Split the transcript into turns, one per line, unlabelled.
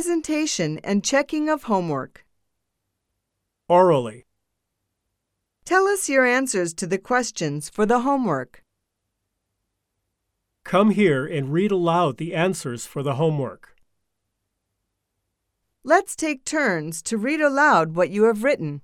Presentation and checking of homework.
orally,
Tell us your answers to the questions for the homework.
come here and read aloud the answers for the homework.
Let's take turns to read aloud what you have written.